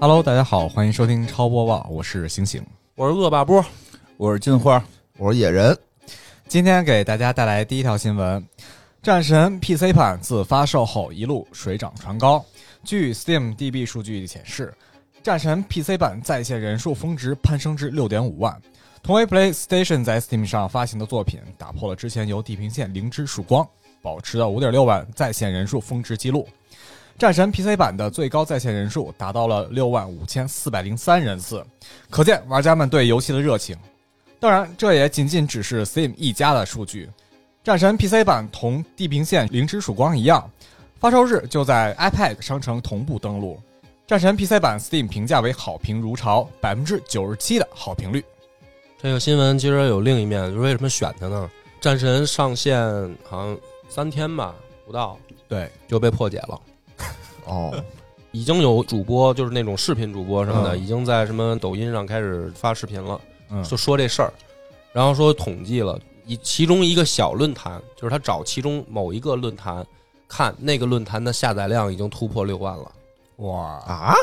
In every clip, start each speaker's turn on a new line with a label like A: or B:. A: Hello，大家好，欢迎收听超播报，我是醒醒。
B: 我是恶霸波，
C: 我是金花，
D: 我是野人，
A: 今天给大家带来第一条新闻：战神 PC 版自发售后一路水涨船高。据 Steam DB 数据显示，战神 PC 版在线人数峰值攀升至六点五万。同为 PlayStation 在 Steam 上发行的作品，打破了之前由地平线、灵之、曙光保持的五点六万在线人数峰值记录。战神 PC 版的最高在线人数达到了六万五千四百零三人次，可见玩家们对游戏的热情。当然，这也仅仅只是 Steam 一家的数据。战神 PC 版同《地平线：灵之曙光》一样，发售日就在 iPad 商城同步登陆。战神 PC 版 Steam 评价为好评如潮，百分之九十七的好评率。
B: 这个新闻其实有另一面，就是为什么选它呢？战神上线好像三天吧，不到
A: 对，
B: 就被破解了。
D: 哦，
B: 已经有主播，就是那种视频主播什么的，
A: 嗯
B: 已经在什么抖音上开始发视频了，
A: 嗯，
B: 就说这事儿，然后说统计了，以其中一个小论坛，就是他找其中某一个论坛，看那个论坛的下载量已经突破六万了。
A: 哇，
D: 啊，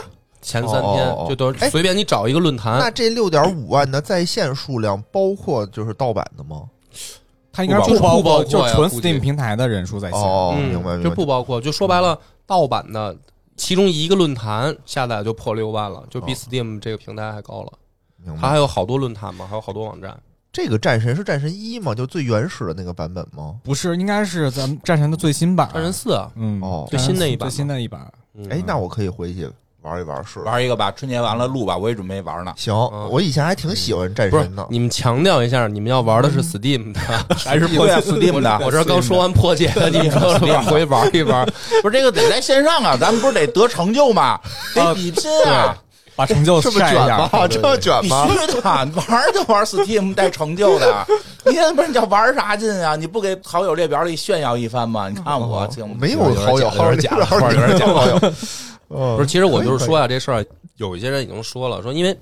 B: 前三天
D: 哦哦哦
B: 就都
D: 哎
B: 随便你找一个论坛，
D: 那这六点五万的在线数量包括就是盗版的吗？
A: 它应该
B: 不包
A: 包
B: 括
A: 就
B: 不包括呀
A: 纯
B: 估计
A: Steam 平台的人数在线。
D: 哦，
B: 嗯，
D: 明白明
B: 就
D: 白，
B: 不包括，就说白了，盗版的其中一个论坛下载就破六万了，就比
D: 哦
B: Steam 这个平台还高了。
D: 明
B: 它
D: 白。
B: 还有好多论坛嘛，还有好多网站。
D: 这个战神是战神一吗？就最原始的那个版本吗？
A: 不是，应该是咱们战神的最新版。
B: 战神，四啊，
A: 嗯，
D: 哦
A: 战神
B: 最新的一版
A: 最新的一 版。
B: 嗯
D: 哎，那我可以回去玩一玩试试。。
C: 玩一个吧。春节完了录吧，我也准备玩呢
D: 行
B: 嗯，
D: 我以前还挺喜欢战
B: 不是
D: 神的，
B: 你们强调一下，你们要玩的是 Steam 的，
C: 还是破解
D: 啊
C: Steam 的？
B: 我这刚说完破解的，你们说了吧回玩一 玩。
C: 不是这个得在线上啊，咱们不是得得成就吗？得比拼啊，
A: 把成就
D: 这么
A: 晒一
D: 卷啊
A: 下，
D: 吗？这么卷
C: 必
D: 吗？
C: 须的。玩就玩 Steam 带成 就的，你也不是你叫玩啥劲啊？你不给好友列表里炫耀一番吗？你看我行吗？
D: 没有好友，好
B: 哦有
D: 友
B: 点假
D: 好友
B: 有点假
D: 好友。
B: 不
D: 不
B: 是，其实我就是
D: 嗯可以
B: 说啊呀、这事儿有一些人已经说了，说因为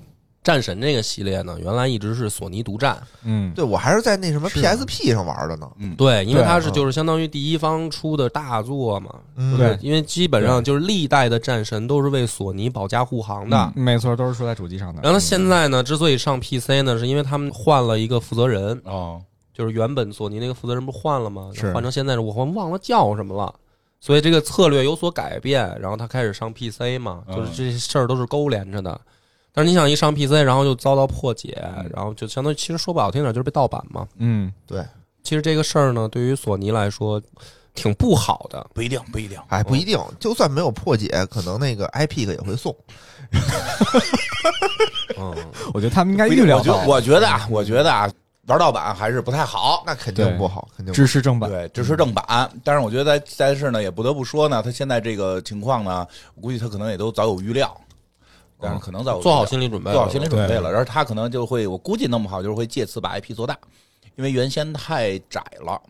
B: 战神这个系列呢，原来一直是索尼独占，
A: 嗯，
D: 对我还是在那什么
A: 是
D: PSP 上玩的呢。
B: 对，因为
A: 对
B: 它是
D: 嗯
B: 就是相当于第一方出的大作嘛，
D: 嗯
A: 对
B: 因为基本上就是历代的战神都是为索尼保驾护航的。
A: 嗯没错，都是出在主机上的。嗯
B: 然后它现在呢，之所以上 PC 呢，是因为他们换了一个负责人，
C: 哦，
B: 就是原本索尼那个负责人不是换了吗？
A: 是
B: 换成现在是我忘忘了叫什么了，所以这个策略有所改变，然后他开始上 PC 嘛，
C: 嗯
B: 就是这些事儿都是勾连着的。但是你想一上 PC，然后就遭到破解，然后就相当于其实说不好听点就是被盗版嘛。
A: 嗯，
B: 其实这个事儿呢，对于索尼来说挺不好的，
C: 不一定，不一定。
D: 哎，不一定，就算没有破解，可能那个 IP 也会送。
B: 嗯，
A: 我觉得他们应该
C: 不一
A: 预
C: 定
A: 料
C: 我觉
A: 到
C: 得，我觉得啊，我觉得啊，玩盗版还是不太好。
D: 那肯定
A: 对
D: 不好，肯定不好
A: 支持正版。
C: 对，支持正版，但是我觉得在但是呢，也不得不说呢，他现在这个情况呢，我估计他可能也都早有预料，但是可能早有
B: 哦
C: 预料
B: 做好心理准备了，
C: 做好心理准备
A: 对
C: 了，然后他可能就会，我估计弄不好就是会借此把 IP 做大，因为原先太窄了，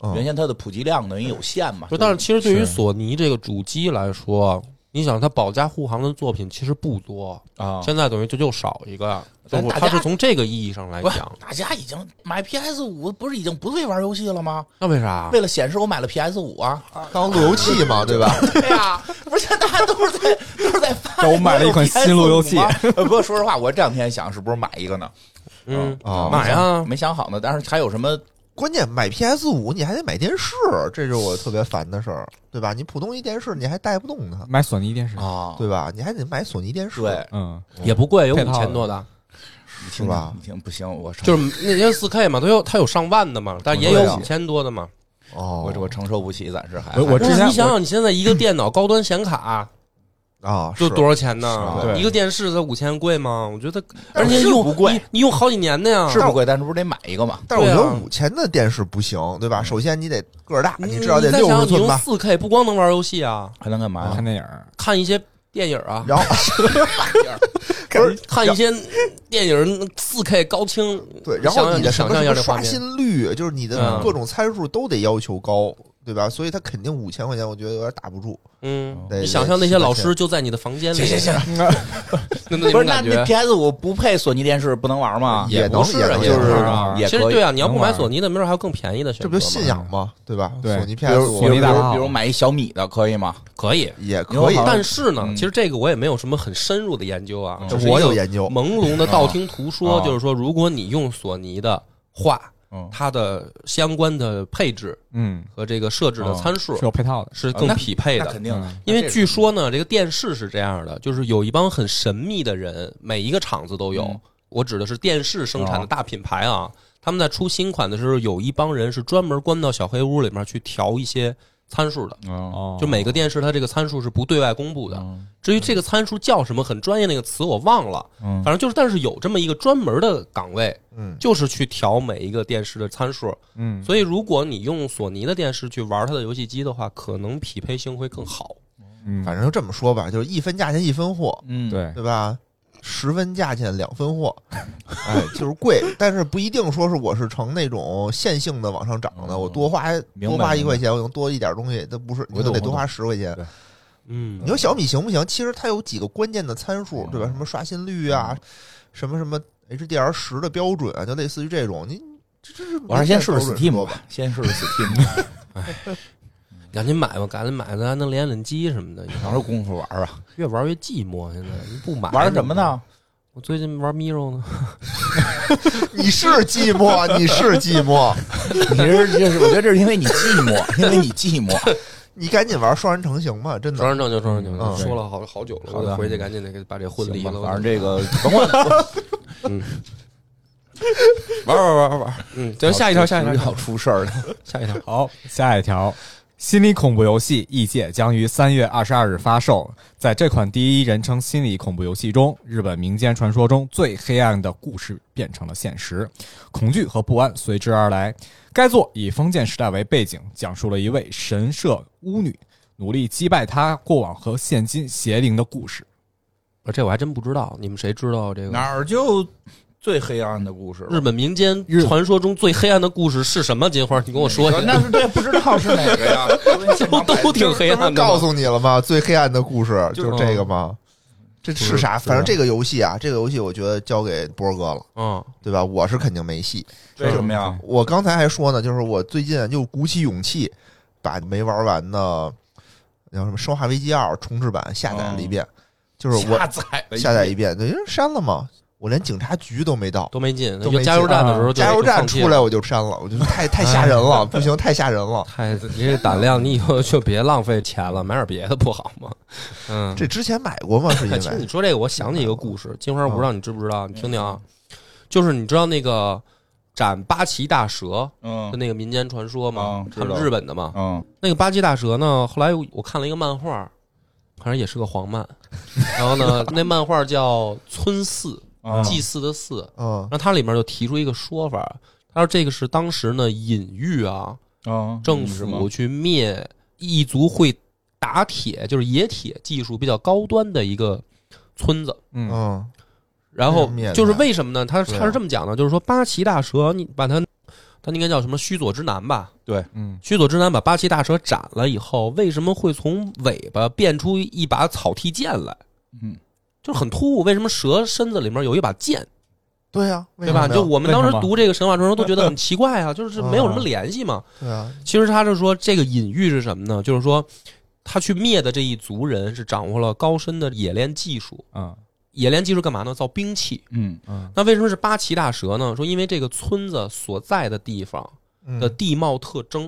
D: 嗯
C: 原先它的普及量等于有限嘛
B: 不，，但是其实对于
A: 是
B: 索尼这个主机来说，你想它保驾护航的作品其实不多，
C: 啊
B: 现在等于就就少一个。
C: 咱
B: 就是
C: 大
B: 它
C: 家
B: 是从这个意义上来
C: 不
B: 讲，，
C: 大家已经买 PS 五不是已经不会玩游戏了吗？
B: 那为啥？
C: 为了啊显示我买了 PS 五啊，
D: 当路由器嘛，对吧？
C: 对
B: 啊
C: 呀、 不是现在大家都 是在都是在发，
A: 这我买了一款新路由器
C: 呃不过说实话，我这两天想是不是买一个呢？
B: 嗯，
D: 啊
B: 买啊！
C: 没想好呢，但是还有什么
D: 关键买 PS 五你还得买电视，这是我特别烦的事儿，对吧？你普通一电视你还带不动它，
A: 买索尼电视，
C: 啊？
D: 对吧？你还得买索尼电视，
C: 对，
A: 嗯，
B: 也不贵，有
A: 配
B: 五
A: 套的
B: 千多的，
D: 是吧
C: 你？听不行，我承
B: 就是那些四 K 嘛，都有它有上万的嘛，但也
D: 对
B: 有
D: 啊
B: 五千多的嘛。
D: 哦，
C: 我我承受不起，暂时还
A: 我我
C: 还
A: 之前
B: 哇你想想，你现在一个电脑高端显卡
D: 啊，
B: 就是多少钱
D: 是
B: 呢？
A: 对
B: 一个电视才五千，贵吗？我觉得，而
C: 但是
B: 且
C: 是
B: 用
C: 不贵
B: 你你用好几年的呀，
C: 是啊不贵，但是不是得买一个嘛？
D: 但是我觉
B: 对
D: 得
B: 啊
D: 五千的电视不行，对
B: 嗯
D: 吧？首先你得个儿大，
B: 你
D: 至少得
B: 再想
D: 六
B: 想
D: 十
B: 你
D: 寸
B: 用
D: 吧。
B: 四 K 不光能玩游戏啊，
C: 还能干嘛
A: 看
C: 呀？
A: 电影，
B: 看一些电影啊，
D: 然后 不是
B: 看一些电影四 K 高清，
D: 对，然后你的什
B: 想
D: 么
B: 象一
D: 什么
B: 下这画
D: 刷
B: 面，
D: 新率，就是你的
B: 嗯
D: 各种参数都得要求高，对吧？所以他肯定五千块钱，我觉得有点打不住。
B: 嗯，
D: 对
B: 你想象那些老师就在你的房间里，
C: 哦行行行，
B: 那那
C: 不
B: 种
C: 是那
B: 感
C: 那
B: 觉
C: PS 五不配索尼电视不能玩吗？
D: 也
B: 不
D: 能
B: 是
D: 也
B: 啊，
D: 能
B: 就
D: 也
B: 是
D: 能
C: 啊也
B: 其实
C: 可以
B: 对啊，你要不
A: 能
B: 买
A: 玩
B: 索尼的，没准还有更便宜的选
D: 这
B: 择
D: 不
B: 嘛。
D: 就信仰吗？对吧？
A: 对
D: 索尼
C: 比如
D: PS
A: 索
C: 比
A: 尼大
C: 如
A: 妈
C: 比如买一小米的可以吗？
B: 可 以，
D: 也可以啊
C: 你，好
B: 但是呢，
C: 嗯
B: 其实这个我也没有什么很深入的研究啊
C: 嗯，
B: 就是一
D: 我
B: 个
D: 有研究，
B: 朦胧的道听途说，
C: 啊
B: 就是说，如果你用索尼的话，
C: 嗯
B: 它的相关的配置
A: 嗯，
B: 和这个设置的参数
A: 是有配套的，
B: 是
C: 啊
B: 更
C: 那
B: 匹配
C: 那
B: 的。
C: 肯定的
A: 嗯，
B: 因为
C: 这
B: 据说呢，这个电视是这样的，就是有一帮很神秘的人，每一个厂子都有
C: 嗯。
B: 我指的是电视生产的
A: 哦
B: 大品牌啊，他们在出新款的时候，有一帮人是专门关到小黑屋里面去调一些参数的。
C: 哦
A: 哦，
B: 就每个电视它这个参数是不对外公布的。
C: 嗯
B: 至于这个参数叫什么很专业那个词我忘了，
C: 嗯
B: 反正就是但是有这么一个专门的岗位，
D: 嗯，
B: 就是去调每一个电视的参数。
A: 嗯，
B: 所以如果你用索尼的电视去玩它的游戏机的话，可能匹配性会更好。
A: 嗯
D: 反正就这么说吧，就是一分价钱一分货，
C: 嗯，
A: 对，
D: 对吧？十分价钱两分货，哎，就是贵，但是不一定说是我是成那种线性的往上涨的，
C: 嗯
D: 我多花
C: 明白
D: 多花一
C: 明白
D: 块钱，我能多一点东西，它不是，
A: 我懂
D: 你就得
A: 我
D: 多
A: 懂
D: 花十块钱
A: 对。
B: 嗯
D: 你，说小米行不行？其实它有几个关键的参
C: 哎
D: 数，对吧？什么刷新率
C: 嗯
D: 啊，什么什么 HDR 十的标准啊，就类似于这种。你这这是
C: 我还是先试
D: 明
C: 试
D: 显标准
C: Steam 吧，先试试 Steam，
B: 赶紧买吧，赶紧买，咱还能连连机什么的。
C: 哪有功夫玩啊？
B: 越玩越寂寞，现在你不买
C: 玩什么呢？？
B: 我最近玩 Miro 呢，
D: 你是寂寞，你是寂寞，
C: 你是这是，我觉得这是因为你寂寞，因为你寂寞。
D: 你赶紧玩双人成行吧，真
B: 双
D: 的。
B: 人正就双人正
D: 嗯
B: 就，说了好好久了，
C: 好
B: 我
C: 的
B: 得回去赶紧得给把这 婚离
C: 行吧
B: 了。嗯
C: 反正这个甭管，
B: 玩玩玩玩玩，嗯，行，下一条，下一条
C: 要，出事儿了。
B: 下一条。
A: 好，下一条，心理恐怖游戏《异界》将于三月二十二日发售。在这款第一人称心理恐怖游戏中，日本民间传说中最黑暗的故事变成了现实，恐惧和不安随之而来。该作以封建时代为背景，讲述了一位神社巫女努力击败她过往和现今邪灵的故事。
B: 啊这我还真不知道，你们谁知道这个？
C: 哪儿就最黑暗的故事了？
B: 日本民间
A: 日
B: 传说中最黑暗的故事是什么？金花，你跟我说一
C: 那
B: 下。
C: 是对，不知道是哪 个呀？
B: 都都挺黑暗的嘛。
D: 告诉你了吗？最黑暗的故事就是这个吗？这是啥？
B: 不是
D: 反正这个游戏啊，这个游戏我觉得交给波哥了，
B: 嗯，
D: 对吧？我是肯定没戏。
C: 为什么呀？
D: 我刚才还说呢，就是我最近又鼓起勇气，把没玩完的叫什么《生化危机二》重置版下载了一
B: 哦
D: 遍，就是我
C: 下载了，
D: 下载一遍，对，因为删了嘛，我连警察局都没到，
B: 都没进。
D: 都没进啊
B: 加油站的时候就，
D: 加油站
B: 就放弃
D: 出来
B: 了，
D: 我就删了，我就太太吓人 了，不行，太吓人了。
B: 太你这胆量，你以后就别浪费钱了，买点别的不好吗？嗯，
D: 这之前买过吗？ 是因
B: 其实你
D: 为嗯
B: 说这个，我想起一个故事，金
C: 嗯
B: 花，我不知道你知不知道，你听听啊，就是你知道那个斩八岐大蛇
C: 嗯
B: 的那个民间传说吗
C: 嗯？知
B: 他
C: 道
B: 们日本的嘛，
C: 嗯，
B: 那个巴基大蛇呢，后来我看了一个漫画，好像也是个黄漫，然后呢，那漫画叫《村寺
C: 啊》，
B: 祭祀的祀，
D: 嗯
B: 然，后它里面就提出一个说法，他说这个是当时呢隐喻啊，
C: 啊
B: 政
C: 是吗
B: 府去灭异族会打铁，就是冶铁技术比较高端的一个村子。
A: 嗯
D: 嗯
B: 然后
D: 灭的
B: 就是为什么呢？他
D: 对啊
B: 他是这么讲的，就是说八岐大蛇，你把它，它应该叫什么须佐之男吧？
A: 嗯
B: 须佐之男把八岐大蛇斩了以后，为什么会从尾巴变出一把草剃剑来？
C: 嗯，
B: 就是很突兀。为什么蛇身子里面有一把剑，
D: 对呀，为
B: 对
D: 什么
B: 吧？
D: 呀
B: 就我们当
A: 为
B: 时
A: 什么
B: 读这个神话传说都觉得很奇怪啊， 就是没有什么联系嘛。
D: 对啊，
B: 其实他是说这个隐喻是什么呢？就是说他去灭的这一族人是掌握了高深的冶炼技术，
A: 嗯
B: 冶炼技术干嘛呢？造兵器。
C: 嗯
A: 嗯
B: 那为什么是八岐大蛇呢？说因为这个村子所在的地方
D: 嗯
B: 的地貌特征，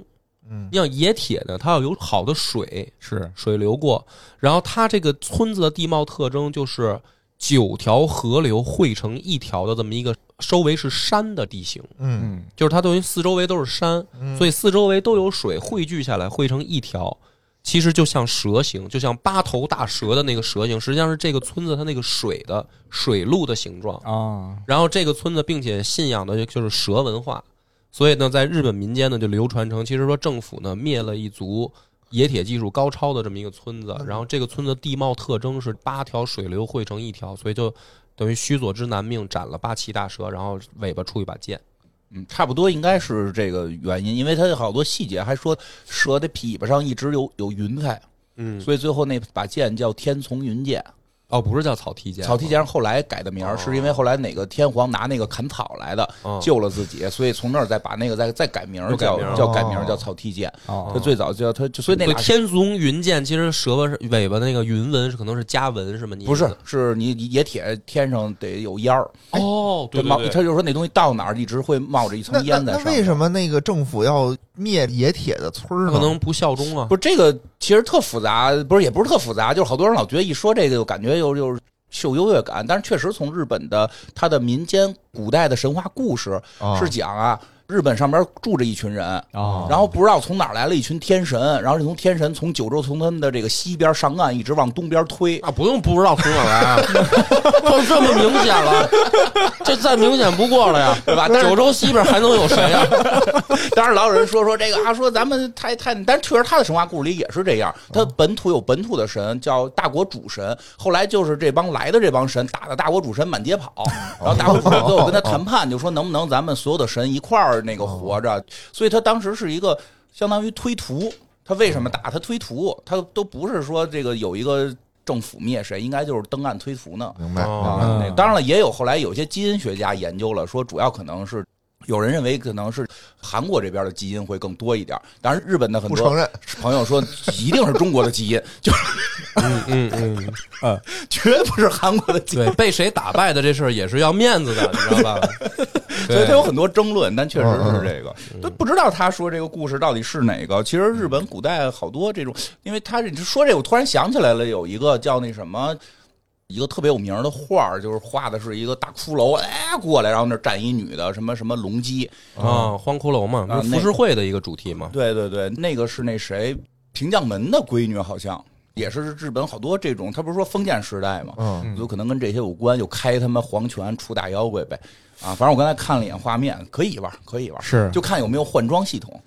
D: 嗯
B: 你像冶铁呢，它要有好的水，
A: 是
B: 水流过，然后它这个村子的地貌特征就是九条河流汇成一条的这么一个周围是山的地形，
D: 嗯
A: 嗯
B: 就是它等于四周围都是山，
D: 嗯，
B: 所
D: 以
B: 以四周围都有水汇聚下来，汇成一条。其实就像蛇形，就像八头大蛇的那个蛇形，实际上是这个村子它那个水的水路的形状。
A: 啊
B: 然后这个村子，并且信仰的就是蛇文化，所以呢，在日本民间呢就流传成，其实说政府呢灭了一族冶铁技术高超的这么一个村子，
C: 嗯
B: 然后这个村子地貌特征是八条水流汇成一条，所以就等于须佐之男命斩了八岐大蛇，然后尾巴出一把剑，
C: 嗯，差不多应该是这个原因，因为它有好多细节，还说蛇的尾巴上一直有有云彩，
B: 嗯，
C: 所以最后那把剑叫天从云剑。
B: 哦，不是叫草剃剑，
C: 草剃，剑后来改的名儿，
B: 哦
C: 是因为后来哪个天皇拿那个砍草来的，
B: 哦
C: 救了自己，所以从那儿再把那个再再改名儿，
B: 又改
C: 叫
B: 名儿
C: 叫改名儿
D: 哦
C: 叫草剃剑。
A: 哦
C: 他最早叫他，就所以那
B: 所以
C: 俩
B: 天族云剑其实蛇纹是尾巴的那个云纹是可能是加纹是吗？你
C: 不是哎是你你野铁天上得有烟儿，
B: 哦，对
C: 它冒
B: 对
C: 他
B: 对，
C: 就说那东西到哪儿一直会冒着一
D: 那
C: 层
D: 那
C: 烟在
D: 那
C: 上面。
D: 为什么那个政府要灭野铁的村儿
B: 它
D: 呢？
B: 可能不效忠啊，
C: 不是这个，其实特复杂，不是也不是特复杂，就是好多人老觉得一说这个就感觉又又秀优越感，但是确实从日本的它的民间古代的神话故事
D: 啊
C: 是讲啊，日本上边住着一群人，
A: 哦，
C: 然后不知道从哪儿来了一群天神，然后是从天神从九州从他们的这个西边上岸一直往东边推，
B: 啊，不用不知道从哪儿来 啊，就这么明显了，这再明显不过了呀，对吧？九州西边还能有谁啊 呀？
C: 当然，老有人说说这个啊，说咱们太太，但确实他的神话故事里也是这样，他本土有本土的神，叫大国主神。后来就是这帮来的这帮神打的大国主神满街跑，然后大国主神最后跟他谈判，就说能不能咱们所有的神一块儿那个活着。所以他当时是一个相当于推图，他为什么打他推图，他都不是说这个有一个政府灭谁，应该就是登岸推图呢。
D: 明白？
B: 哦
D: 明白
C: 啊那当然了，也有后来有些基因学家研究了，说主要可能是有人认为可能是韩国这边的基因会更多一点儿，当然日本的很
D: 不承
C: 多
D: 认，
C: 朋友说一定是中国的基因， 就是
B: 嗯嗯嗯，
C: 绝不是韩国的基因，
B: 对，被谁打败的这事儿也是要面子的，你知道 吧？
C: 所以
B: 对
C: 它有很多争论，但确实
D: 嗯
C: 是这个，都不知道他说这个故事到底是哪个。其实日本古代好多这种，因为他你说这个，我突然想起来了，有一个叫那什么。一个特别有名的画儿，就是画的是一个大骷髅，哎，过来，然后那儿站一女的，什么什么龙姬，
B: 啊，荒骷髅嘛，不
C: 啊
B: 是浮世绘的一个主题嘛。
C: 对对对，那个是那谁平将门的闺女，好像也是日本好多这种，他不是说封建时代嘛，
D: 嗯，
A: 嗯
C: 有可能跟这些有关，就开他妈黄泉出大妖怪呗。啊，反正我刚才看了一眼画面，可以玩，可以玩，
A: 是
C: 就看有没有换装系统，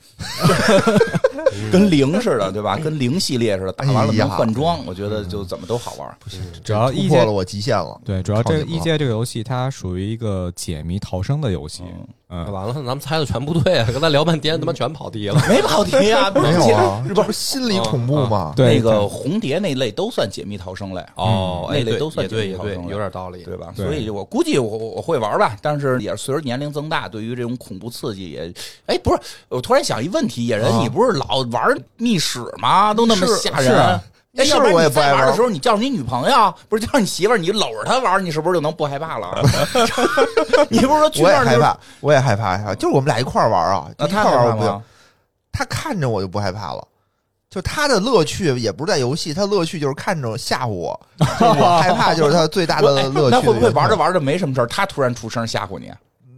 C: 跟零似的，对吧？跟零系列似的，打完了
D: 哎
C: 能
D: 呀
C: 换装，我觉得就怎么都好玩。
A: 主要
D: 突
A: 异
D: 破
A: 界
D: 了我极限了。
A: 对，主要这个
D: 超级棒
A: 异界这个游戏它属于一个解谜逃生的游戏，
C: 嗯
A: 嗯，
B: 完了，咱们猜的全不对啊！跟 他聊半天，他妈全跑 题了。
C: 没跑题啊，不是
D: 没 有啊，
C: 日
D: 这
C: 本
D: 不是心理恐怖吗？
A: 对
C: 那个红蝶那类都算解密逃生类，
B: 哦，
C: 那
B: 哎，
C: 类
B: 对，
C: 都算
B: 也对，
C: 解
B: 也
C: 密逃
B: 对，
C: 生类
B: 有点道理。
C: 对吧？
A: 对
C: 所以我估计我我我会玩吧，但是也是随着年龄增大，对于这种恐怖刺激也，哎，不是，我突然想一问题，野人，
D: 啊
C: 你不是老玩密室吗？都那么
D: 是
C: 吓
D: 是
C: 人
D: 啊。密
C: 哎，
D: 室
C: 要然
D: 我也
C: 你
D: 不爱
C: 在玩的
D: 玩
C: 时候，你叫你女朋友，不是叫你媳妇儿，你搂着她玩，你是不是就能不害怕了？ 你不是说去
D: 我
C: 那
D: 也
C: 儿
D: 害
C: 就
D: 怕，我也害怕呀。就是我们俩一块儿玩啊，
C: 啊那
D: 一
C: 他
D: 块儿玩
C: 害
D: 我
C: 怕
D: 不行
C: 吗。？
D: 他看着我就不害怕了。就他的乐趣也不是在游戏，他乐趣就是看着吓唬 我，就是我害怕就是他最大的乐趣。
C: 哎那会不会玩着玩着没什么事儿，他突然出声吓唬你？啊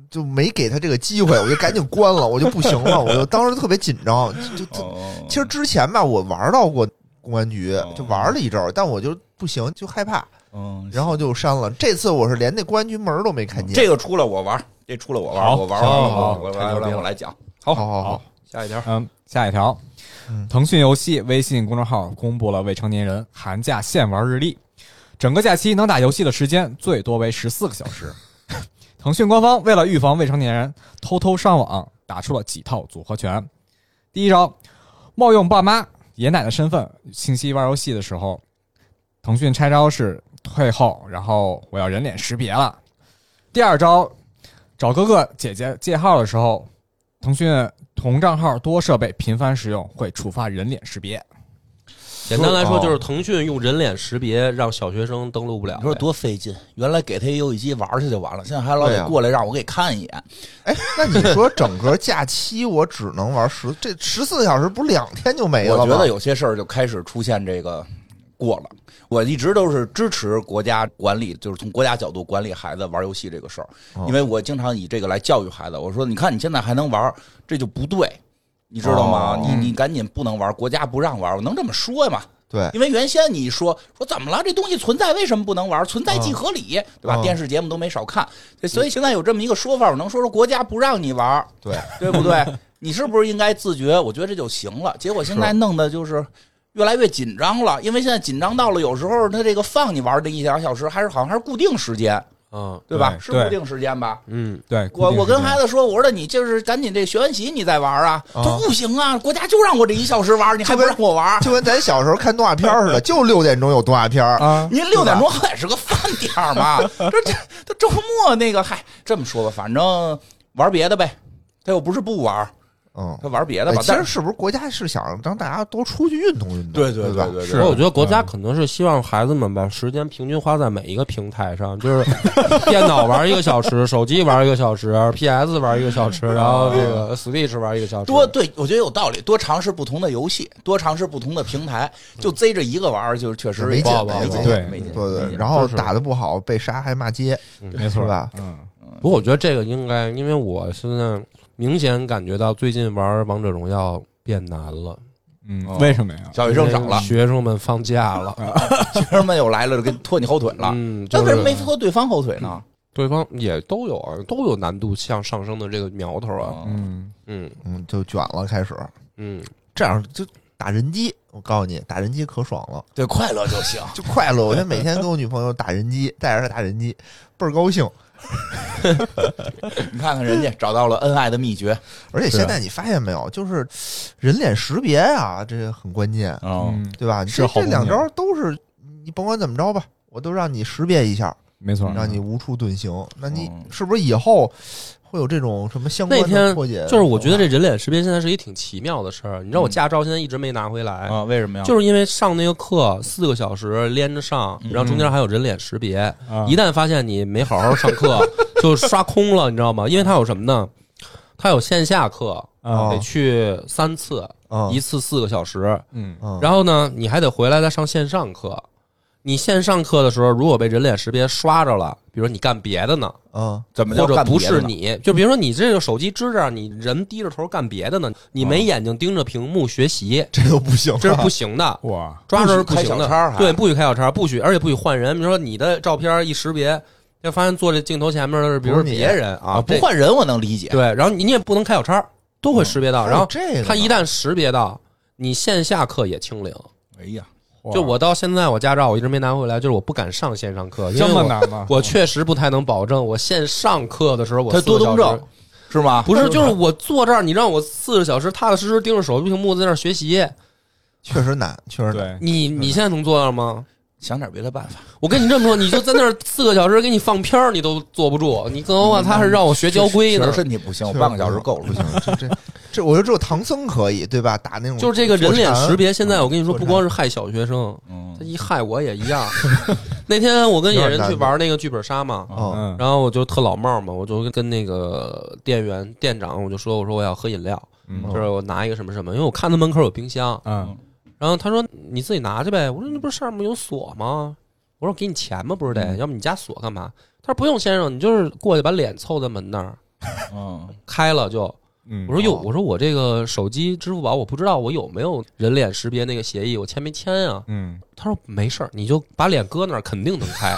D: 就没给他这个机会，我就赶紧关了，我就不行了，我就当时特别紧张。就就
C: 哦
D: 其实之前吧，我玩到过公安局
C: 哦，
D: 就玩了一周，但我就不行，就害怕，
C: 嗯，
D: 然后就删了。这次我是连那公安局门儿都没看见。
C: 这个出了我玩，这出了我玩，
A: 好
C: 我玩完了，
A: 好
C: 我我
B: 太牛逼
C: 来
B: 了
C: 我来讲。
D: 好好
A: 好
D: 好，
B: 下一条，
A: 嗯，下一条
D: 嗯，
A: 腾讯游戏微信公众号公布了未成年人寒假限玩日历，整个假期能打游戏的时间最多为十四个小时。 腾讯官方为了预防未成年人偷偷上网，打出了几套组合拳。第一招，冒用爸妈、爷奶的身份信息玩游戏的时候，腾讯拆招是退后，然后我要人脸识别了。第二招，找哥哥姐姐借号的时候，腾讯同账号多设备频繁使用会触发人脸识别。
B: 简单来说
D: 哦
B: 就是腾讯用人脸识别让小学生登录不了。
C: 你说多费劲！原来给他游戏机玩去就完了，现在还老
D: 对
C: 得
D: 啊
C: 过来让我给看一眼。
D: 哎，那你说整个假期我只能玩十这十四小时，不是两天就没
C: 我
D: 了
C: 觉
D: 吗？
C: 得有些事儿就开始出现这个过了。我一直都是支持国家管理，就是从国家角度管理孩子玩游戏这个事儿，
D: 哦
C: 因为我经常以这个来教育孩子。我说，你看你现在还能玩，这就不对，你知道吗？
D: 哦
C: 你你赶紧不能玩，国家不让玩，我能这么说吗？
D: 对，
C: 因为原先你说说怎么了？这东西存在为什么不能玩？存在即合理，对吧？
D: 嗯
C: 电视节目都没少看，所以现在有这么一个说法，我能说说国家不让你玩，
D: 对
C: 对不对？你是不是应该自觉？我觉得这就行了。结果现在弄的就是越来越紧张了，因为现在紧张到了有时候他这个放你玩这一两小时还是好像还是固定时间，
B: 嗯
C: 对吧？
A: 对
C: 是
A: 对
C: 固定时间吧？
B: 嗯，
A: 对，
C: 我我跟孩
A: 子
C: 子说，我说的你就是赶紧这学完习你再玩啊，
D: 啊
C: 他说不行啊，国家就让我这一小时玩，你还不让我玩？
D: 就跟咱小时候看动画片儿似的，就六点钟有动画片儿，
A: 啊，
C: 您六点钟好歹是个饭点儿嘛，这这这周末那个，嗨，这么说吧，反正玩别的呗，他又不是不玩，
D: 嗯，
C: 他玩别的
D: 哎
C: 吧。
D: 其
C: 但
D: 实
C: 是
D: 是不是国家是想让大家多出去运动运动？
C: 对
D: 对
C: 对
D: 吧？
C: 对
B: 不
A: 是
B: 过我觉得国家
A: 嗯
B: 可能是希望孩子们把时间平均花在每一个平台上， 就是电脑玩一个小时，手机玩一个小时，PS 玩一个小时，然后这个 Switch 玩一个小时，
C: 哦多对，我觉得有道理，多尝试不同的游戏，多尝试不同的平台，就贼着一个玩儿，就是确实
D: 没
C: 也
D: 劲
C: 不
B: 没
C: 好
B: 劲
C: 没劲，
A: 对
C: 没劲。
D: 对对
C: 没，劲
D: 然后
B: 就是
D: 打的不好被杀还骂街，
A: 没错
D: 是吧？
A: 嗯，
B: 不过我觉得这个应该，因为我现在明显感觉到最近玩王者荣耀变难了，
A: 嗯
C: 哦，
A: 为什么呀？
C: 小学生少 了，
B: 学生们放假了，
C: 学生们又来了，给拖你后腿了。
B: 嗯，
C: 那
B: 就
C: 为什么没
B: 是
C: 拖对方后腿呢？
B: 对方也都有啊，都有难度向上升的这个苗头啊，
C: 嗯，
A: 嗯，
B: 嗯
D: 嗯，就卷了，开始
B: 嗯，
D: 这样就打人机。我告诉你，打人机可爽了，
C: 对，快乐就行。
D: 就快乐。我现在每天跟我女朋友打人机，带着她打人机，倍儿高兴。
C: 你看看人家找到了恩爱的秘诀。
D: 而且
A: 是啊
D: 现在你发现没有，就是人脸识别啊，这个很关键，
C: 嗯，
A: 嗯
D: 对吧？
A: 是
D: 这
A: 好
D: 这
A: 东
D: 两
A: 西
D: 招都是，你甭管怎么着吧，我都让你识别一下，
A: 没错，
D: 让你无处遁形。那你
C: 嗯
D: 是不是以后会有这种什么相关
B: 那天
D: 的破解？
B: 就是我觉得这人脸识别现在是一挺奇妙的事儿，你知道我
C: 嗯
B: 驾照现在一直没拿回来，
C: 啊，为什么呀？
B: 嗯就是因为上那个课四个小时连着上，
C: 嗯
B: 然后中间还有人脸识别，
A: 啊
B: 一旦发现你没好好上 课，就刷空了，你知道吗？因为它有什么呢？它有线下课，
A: 啊
D: 哦
C: 哦
B: 得去三次，
D: 啊
B: 一次四个小时，
A: 嗯
D: 嗯，
B: 然后呢，你还得回来再上线上课。你线上课的时候，如果被人脸识别刷着了，比如说你干别的呢，
D: 嗯
C: 怎么
B: 或
C: 就
B: 者
C: 干别
B: 不
C: 的
B: 是
C: 呢？
B: 你，就比如说你这个手机支着，你人低着头干别的呢，你
C: 哦
B: 没眼睛盯着屏幕学习，
D: 这都不行了，
B: 这是不行的。
A: 哇，
B: 抓着是
C: 不许
B: 不行
C: 开小
B: 的，
C: 差儿还
B: 对，不许开小叉，不许，而且不许换人。比如说你的照片一识别，要发现坐在镜头前面的是，比如说
D: 不是你
B: 别人啊，
C: 啊，不
B: 这
C: 换人我能理解。
B: 对，然后你你也不能开小叉，都会识别到。
C: 啊
D: 还有
B: 然后
D: 哦这个呢
B: 他一旦识别到，你线下课也清零。
C: 哎呀，
A: 哇
B: 就我到现在我驾照我一直没拿回来，就是我不敢上线上课，因
A: 这
B: 为
A: 么啊
B: 我
A: 难吗？
B: 我确实不太能保证我线上课的时候我
C: 他
B: 四
C: 多
B: 个小
C: 动
B: 时
C: 症是吗？
B: 不是，就是我坐这儿，你让我四个小时踏踏实实盯着手机屏幕在那儿学习，
D: 确实难，确实难。
A: 对，
B: 你你现在能做到吗？
C: 想点别的办法。
B: 我跟你这么说，你就在那儿四个小时给你放片儿，你都坐不住，你更何况哦他是让我学交规
C: 确
B: 呢
C: 实？身体不行，我
D: 确实
C: 半个小时够
D: 不
C: 了。
D: 行，这这这，我就只有唐僧可以，对吧？打那种
B: 就是这个人脸识别，现在我跟你
D: 坐
B: 说，不
D: 禅
B: 光是害小学生，
C: 嗯
B: 他一害我也一 样。那天我跟野人去玩那个剧本杀嘛，
D: 啊，
A: 嗯
B: 然后我就特老帽嘛，我就跟那个店员店长我就说，我说我要喝饮料，
C: 哦
A: 嗯
B: 就是我拿一个什么什么，因为我看他门口有冰箱，
A: 嗯
B: 然后他说你自己拿去呗。我说那不是上面有锁吗？我说给你钱吗？不是
C: 嗯
B: 得，要不你加锁干嘛？他说不用，先生，你就是过去把脸凑在门那儿
C: 嗯，
B: 开了就。
A: 嗯，
B: 我说哟，
D: 哦
B: 我说我这个手机支付宝我不知道我有没有人脸识别那个协议，我签没签啊？
A: 嗯
B: 他说没事儿，你就把脸搁那儿，肯定能 开。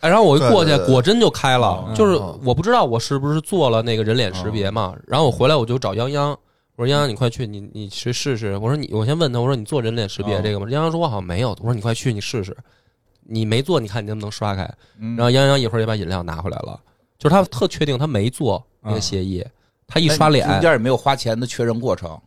B: 哎，然后我一过去
D: 对对，对
B: 果真就开了
C: 哦。
B: 就是
D: 哦
B: 我不知道我是不是做了那个人脸识别嘛，
D: 嗯
B: 然后我回来我就找泱泱，我说泱泱你快去，你你去试试。我说你，我先问他，我说你做人脸识别
C: 哦
B: 这个吗？泱泱说我好像没有。我说你快去，你试试。你没做，你看你能不能刷开？
C: 嗯
B: 然后泱泱一会儿也把饮料拿回来了，就是他特确定他没做那个协议，他一刷脸
C: 哎中间也没有花钱的确认过程。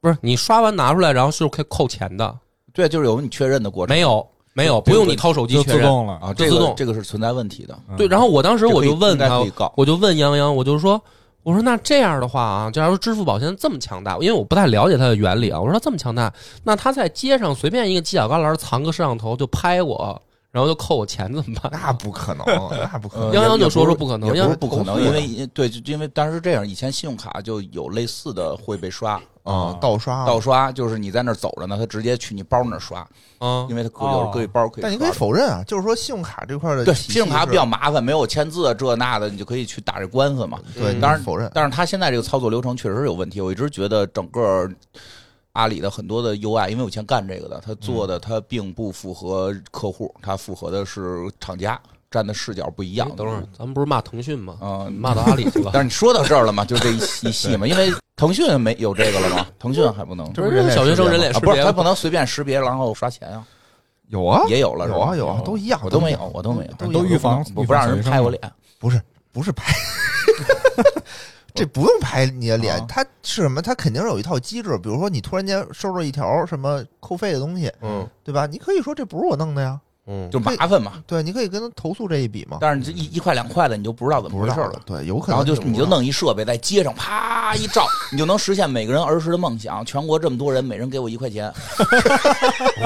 B: 不是你刷完拿出来，然后是可以扣钱的，
C: 对，就是有你确认的过程
B: 没有没有，不
C: 这个
B: 用你掏手机
A: 就
B: 确
A: 自
B: 认。
A: 动了，
C: 啊，
B: 就
C: 这
B: 自
C: 个
B: 动
C: 这个是存在问题的。
A: 嗯
B: 对，然后我当时我
C: 这
B: 就
C: 可以
B: 问
C: 应该
B: 他
C: 可以，告，
B: 我就问泱泱，我就说，我说那这样的话啊，假如说支付宝现在这么强大，因为我不太了解它的原理啊，我说它这么强大，那他在街上随便一个犄角旮旯藏个摄像头就拍我，然后就扣我钱怎么办？
D: 那不可 能，那不可能
C: 呃。
B: 泱
C: 也
B: 泱就
C: 也
B: 说说
C: 不是
B: 不可能，
C: 也
B: 泱泱
C: 不是不可能，
D: 投诉
C: 因
D: 的
C: 为对，就因为当时这样，以前信用卡就有类似的会被刷
D: 啊，盗刷，
C: 嗯盗。刷，就是你在那儿走着呢，他直接去你包那儿刷，
B: 啊
C: 因为他可有
A: 哦
C: 时搁一包可以刷。
D: 但你可以否认啊，就是说信用卡这块的
C: 对
D: 体系
C: 信用卡
D: 是
C: 比较麻烦，没有签字这那的，你就可以去打这官司嘛。
D: 对，
B: 嗯
D: 你
C: 当然
D: 否认。
C: 但是他现在这个操作流程确实是有问题，我一直觉得整个阿里的很多的 UI，因为我以前干这个的，他做
D: 嗯
C: 的他并不符合客户，他符合的是厂家站的视角不一
D: 哎
C: 样。
B: 等会儿，咱们不是骂腾讯吗？
C: 嗯，
B: 骂到阿里去了
C: 但。是你说到这儿了嘛，就这一 一系嘛，因为腾讯没有这个了嘛，腾讯还不能
D: 这不是人脸
B: 小学生
D: 识别吗
B: 人脸
C: 啊，
B: 识
C: 不
B: 别
C: 是
B: 吗
C: 他不能随便识别然后刷钱啊，
A: 有啊，
C: 也有了，
D: 有啊
C: 是吧
D: 有啊，都一样，
C: 我都没
D: 一
C: 有
D: 样，，
C: 我都没有，
D: 都
A: 都预防
C: 我不让人拍我脸，
D: 不是不是 拍，这不用拍你的脸
C: 啊，
D: 它是什么？它肯定是有一套机制，比如说你突然间收到一条什么扣费的东西，
B: 嗯
D: 对吧？你可以说这不是我弄的呀，
B: 嗯，
C: 就麻烦嘛。
D: 对，你可以跟他投诉这一笔嘛。
C: 但是你这一一块两块的，你就不知道怎么
D: 不
C: 回
D: 知
C: 事
D: 道
C: 了。，
D: 对，有可能
C: 然后就
D: 不知道
C: 你就弄一设备在街上啪一照，你就能实现每个人儿时的梦想。全国这么多人，每人给我一块钱，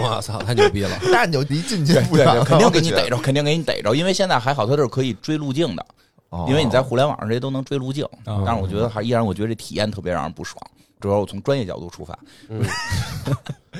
B: 我操，太牛逼了！
D: 那你就离进去不
C: 对
D: 远
C: 对，
D: 了，
C: 肯定给你
D: 我觉
C: 逮着，肯定给你逮着。因为现在还好，它这是可以追路径的，
D: 得，
C: 因为你在互联网上这些都能追路径。
A: 哦
C: 但是我觉得还依然，我觉得这体验特别让人不爽。主要我从专业角度出发，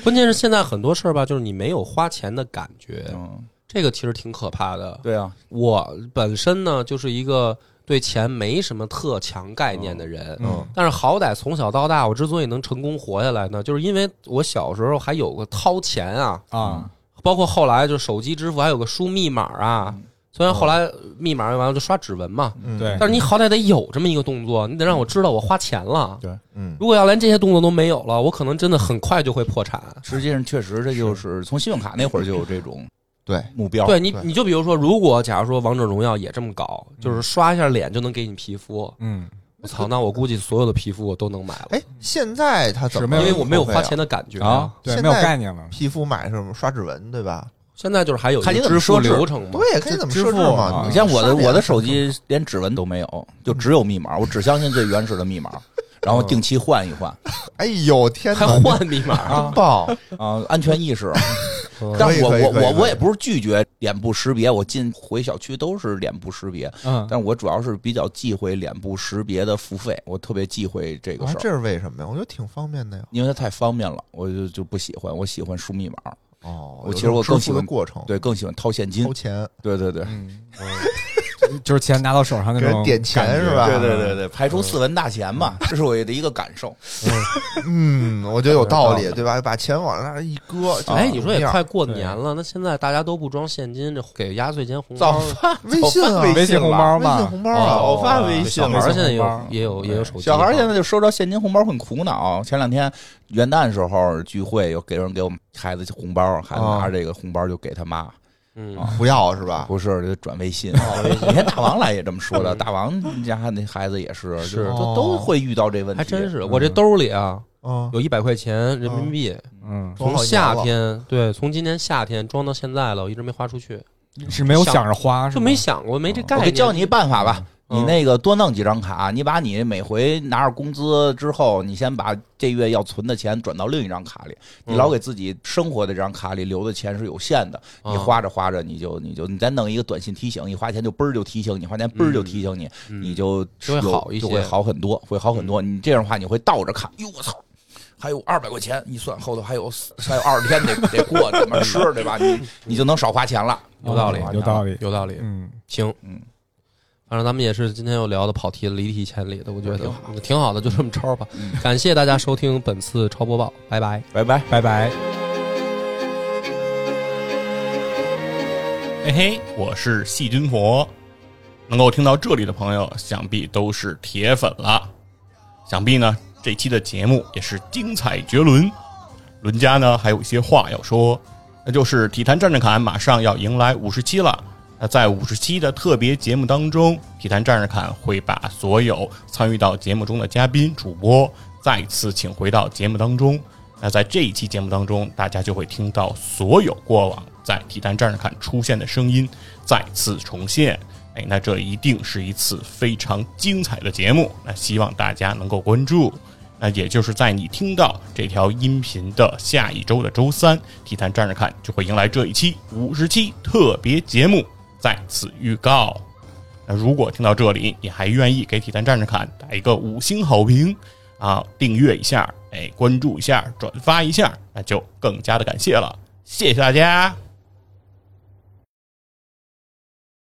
B: 关键是现在很多事儿吧，就是你没有花钱的感觉，
C: 嗯，
B: 这个其实挺可怕的。
C: 对啊，
B: 我本身呢就是一个对钱没什么特强概念的人，
A: 嗯
B: 但是好歹从小到大，我之所以能成功活下来呢，就是因为我小时候还有个掏钱啊，
A: 啊，
B: 包括后来就手机支付还有个输密码啊。虽然后来密码用完了就刷指纹嘛，
D: 嗯
A: 对
B: 但是你好歹得有这么一个动作，你得让我知道我花钱了。
D: 嗯，
B: 如果要连这些动作都没有了，我可能真的很快就会破产。
C: 实际上确实这就是从信用卡那会儿就有这 种
D: 对
C: 目标，
B: 对你
D: 对，
B: 你就比如说，如果假如说王者荣耀也这么搞，就是刷一下脸就能给你皮肤，
A: 嗯，
B: 我操，那我估计所有的皮肤我都能买了，
D: 哎，现在他怎
A: 是
D: 么
A: 没
D: 收
C: 哎
A: 有
D: 费啊？
B: 因为我没有花钱的感觉
A: 啊。，对，
D: 现
A: 没有
D: 在
A: 概念了，
D: 皮肤买什么刷指纹，对吧？
B: 现在就是还有一
C: 看你
B: 个
C: 怎么
B: 支付
C: 设置
B: 流程嘛，
D: 对，可以怎么
A: 支
D: 设置
A: 付
D: 嘛？
A: 啊
C: 嗯你像我的
D: 刷脸
C: 我的手机连指纹都没有，就只有密码，我只相信最原始的密码，然后定期换一 换
D: 哎呦天哪，
B: 还换密码啊
D: 真。棒！
C: 啊，安全意识。
B: 嗯
C: 但是 我
D: 可以
C: 我
D: 可以
C: 我
D: 可以
C: 我也不是拒绝脸部识别，我进回小区都是脸部识
D: 啊
C: 别，
A: 嗯，
C: 但我主要是比较忌讳脸部识别的付费，我特别忌讳这个
D: 啊
C: 事，儿。
D: 这是为什么呀？我觉得挺方便的呀。
C: 因为它太方便了，我就就不喜欢，我喜欢输密码，
D: 哦，
C: 我
D: 有
C: 其
D: 这
C: 实我
D: 种
C: 更
D: 支
C: 喜
D: 付的
C: 欢
D: 过程，
C: 对，更喜欢掏现金
D: 哦掏。钱，
C: 对对对，
A: 嗯，就是钱拿到手上那
D: 给人
A: 种
D: 点钱
A: 感觉
D: 是吧
C: 对对对对，排除斯文大钱嘛，这是我的一个感受。
D: 嗯，我觉得有道理，对吧？把钱往那儿一搁，就
B: 哎，你说也
D: 那
C: 啊
D: 样
B: 快过年了，那现在大家都不装现金，这给压岁
D: 嗯
B: 钱红
C: 造
B: 包，
D: 微信啊，
A: 微信红包
D: 微信
A: 嘛，
D: 红包
B: 哦
D: 啊，
C: 早发微
B: 小
C: 信
B: 孩
C: 了
B: 儿现在也
A: 红
B: 有
A: 包
B: 也有也有手机，
C: 小孩儿现在就收到现金红包很苦恼。前两天元旦时候聚会，有给人给我们孩子红包，孩子拿
D: 啊
C: 着这个红包就给他妈，
B: 嗯
C: 啊
D: 哦不要是吧？
C: 不是就转微 信。你看大王来也这么说的，
B: 嗯
C: 大王家那孩子也是，
B: 是
C: 就都
D: 哦
C: 都会遇到这问题。
B: 还真是，我这兜里啊
D: 嗯，
B: 有一百块钱人民币，
A: 嗯，
D: 装
B: 从
D: 好
B: 夏
D: 年了
B: 天对，从今年夏天装到现在了，我一直没花出去，
A: 是没有想着花，
B: 就没想过没这概
C: 我给
B: 念。
C: 教你一办法吧。
B: 嗯
C: 你那个多弄几张卡，你把你每回拿着工资之后，你先把这月要存的钱转到另一张卡里。
B: 嗯
C: 你老给自己生活的这张卡里留的钱是有限的，
B: 嗯
C: 你花着花着你就你就你再弄一个短信提醒，一花钱就嘣儿就提醒你，花钱嘣儿就提醒你，
B: 嗯
C: 你就
B: 就会
C: 有
B: 好一些嗯
C: 就会好很多，会好很多。你这样的话你会倒着看，哟我操。还有二百块钱，一算后头还有还有二十天得得过，怎么
B: 嗯
C: 吃对吧？你你就能少花钱了。
B: 有道理，
A: 有道理，
B: 有道理。
A: 嗯，
B: 行，
C: 嗯，
B: 反正咱们也是今天又聊的跑题了，离题千里的，我觉得挺好，挺好的，就这么着吧。感谢大家收听本次超播报，拜拜。
C: 拜拜。
A: 拜拜。
E: 嘿嘿，哎我是细菌佛。能够听到这里的朋友，想必都是铁粉了。想必呢，这期的节目也是精彩绝伦。伦家呢还有一些话要说，那就是《体坛战战侃》马上要迎来五十期了。那在五十期的特别节目当中，《体坛战士侃》会把所有参与到节目中的嘉宾、主播再次请回到节目当中。那在这一期节目当中，大家就会听到所有过往在《体坛战士侃》出现的声音再次重现。哎，那这一定是一次非常精彩的节目。那希望大家能够关注。那也就是在你听到这条音频的下一周的周三，《体坛战士看》就会迎来这一期五十期特别节目，再次预告。那如果听到这里，你还愿意给《体坛战士看》打一个五星好评啊，订阅一下，哎，关注一下，转发一下，那就更加的感谢了，谢谢大家。